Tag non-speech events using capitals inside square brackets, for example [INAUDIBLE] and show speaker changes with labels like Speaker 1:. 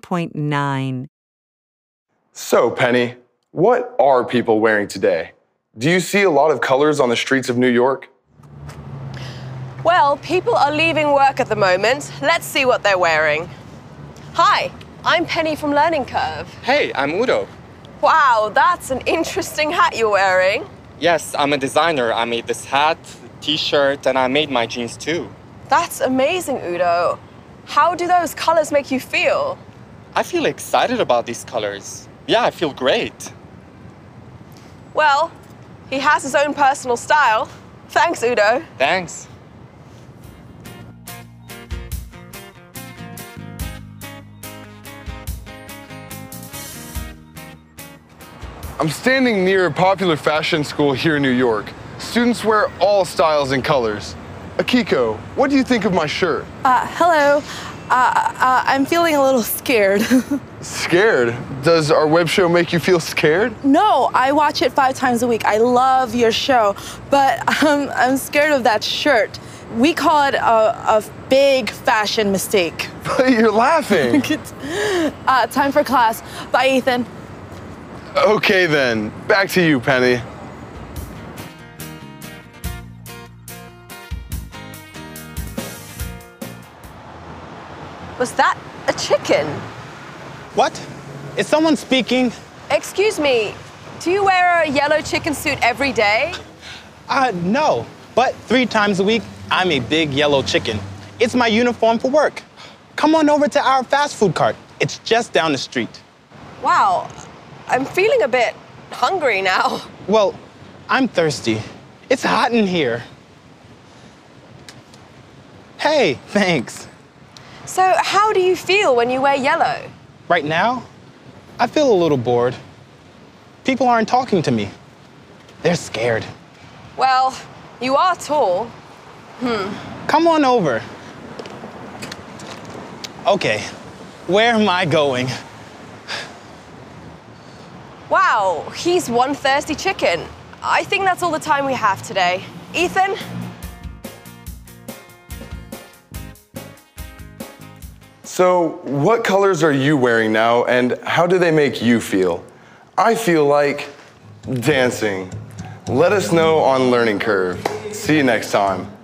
Speaker 1: 9.9.
Speaker 2: So, Penny, what are people wearing today? Do you see a lot of colors on the streets of New York?
Speaker 3: Well, people are leaving work at the moment. Let's see what they're wearing. Hi, I'm Penny from Learning Curve.
Speaker 4: Hey, I'm Udo.
Speaker 3: Wow, that's an interesting hat you're wearing.
Speaker 4: Yes, I'm a designer. I made this hat, t shirt, and I made my jeans too.
Speaker 3: That's amazing, Udo. How do those colors make you feel?
Speaker 4: I feel excited about these colors. Yeah, I feel great.
Speaker 3: Well, he has his own personal style. Thanks, Udo.
Speaker 4: Thanks.
Speaker 2: I'm standing near a popular fashion school here in New York. Students wear all styles and colors. Akiko, what do you think of my shirt?
Speaker 5: Uh, hello. Uh, uh, I'm feeling a little scared. [LAUGHS]
Speaker 2: Scared? Does our web show make you feel scared? [LAUGHS]
Speaker 5: no, I watch it five times a week. I love your show, but um, I'm scared of that shirt. We call it a, a big fashion mistake.
Speaker 2: But you're laughing.
Speaker 5: Uh, time for class. Bye, Ethan.
Speaker 2: okay, then. Back to you, Penny.
Speaker 3: Was that a chicken?
Speaker 6: What? Is someone speaking?
Speaker 3: Excuse me, do you wear a yellow chicken suit every day?
Speaker 6: Uh, no. But three times a week, I'm a big yellow chicken. It's my uniform for work. Come on over to our fast food cart. It's just down the street.
Speaker 3: Wow, I'm feeling a bit hungry now.
Speaker 6: Well, I'm thirsty. It's hot in here. Hey, [LAUGHS] thanks.
Speaker 3: So, how do you feel when you wear yellow?
Speaker 6: Right now, I feel a little bored. People aren't talking to me. They're scared.
Speaker 3: Well, you are tall.
Speaker 6: Come on over. Okay, where am I going?
Speaker 3: Wow, he's one thirsty chicken. I think that's all the time we have today. Ethan?
Speaker 2: So, what colors are you wearing now, and how do they make you feel? I feel like dancing. Let us know on Learning Curve. See you next time.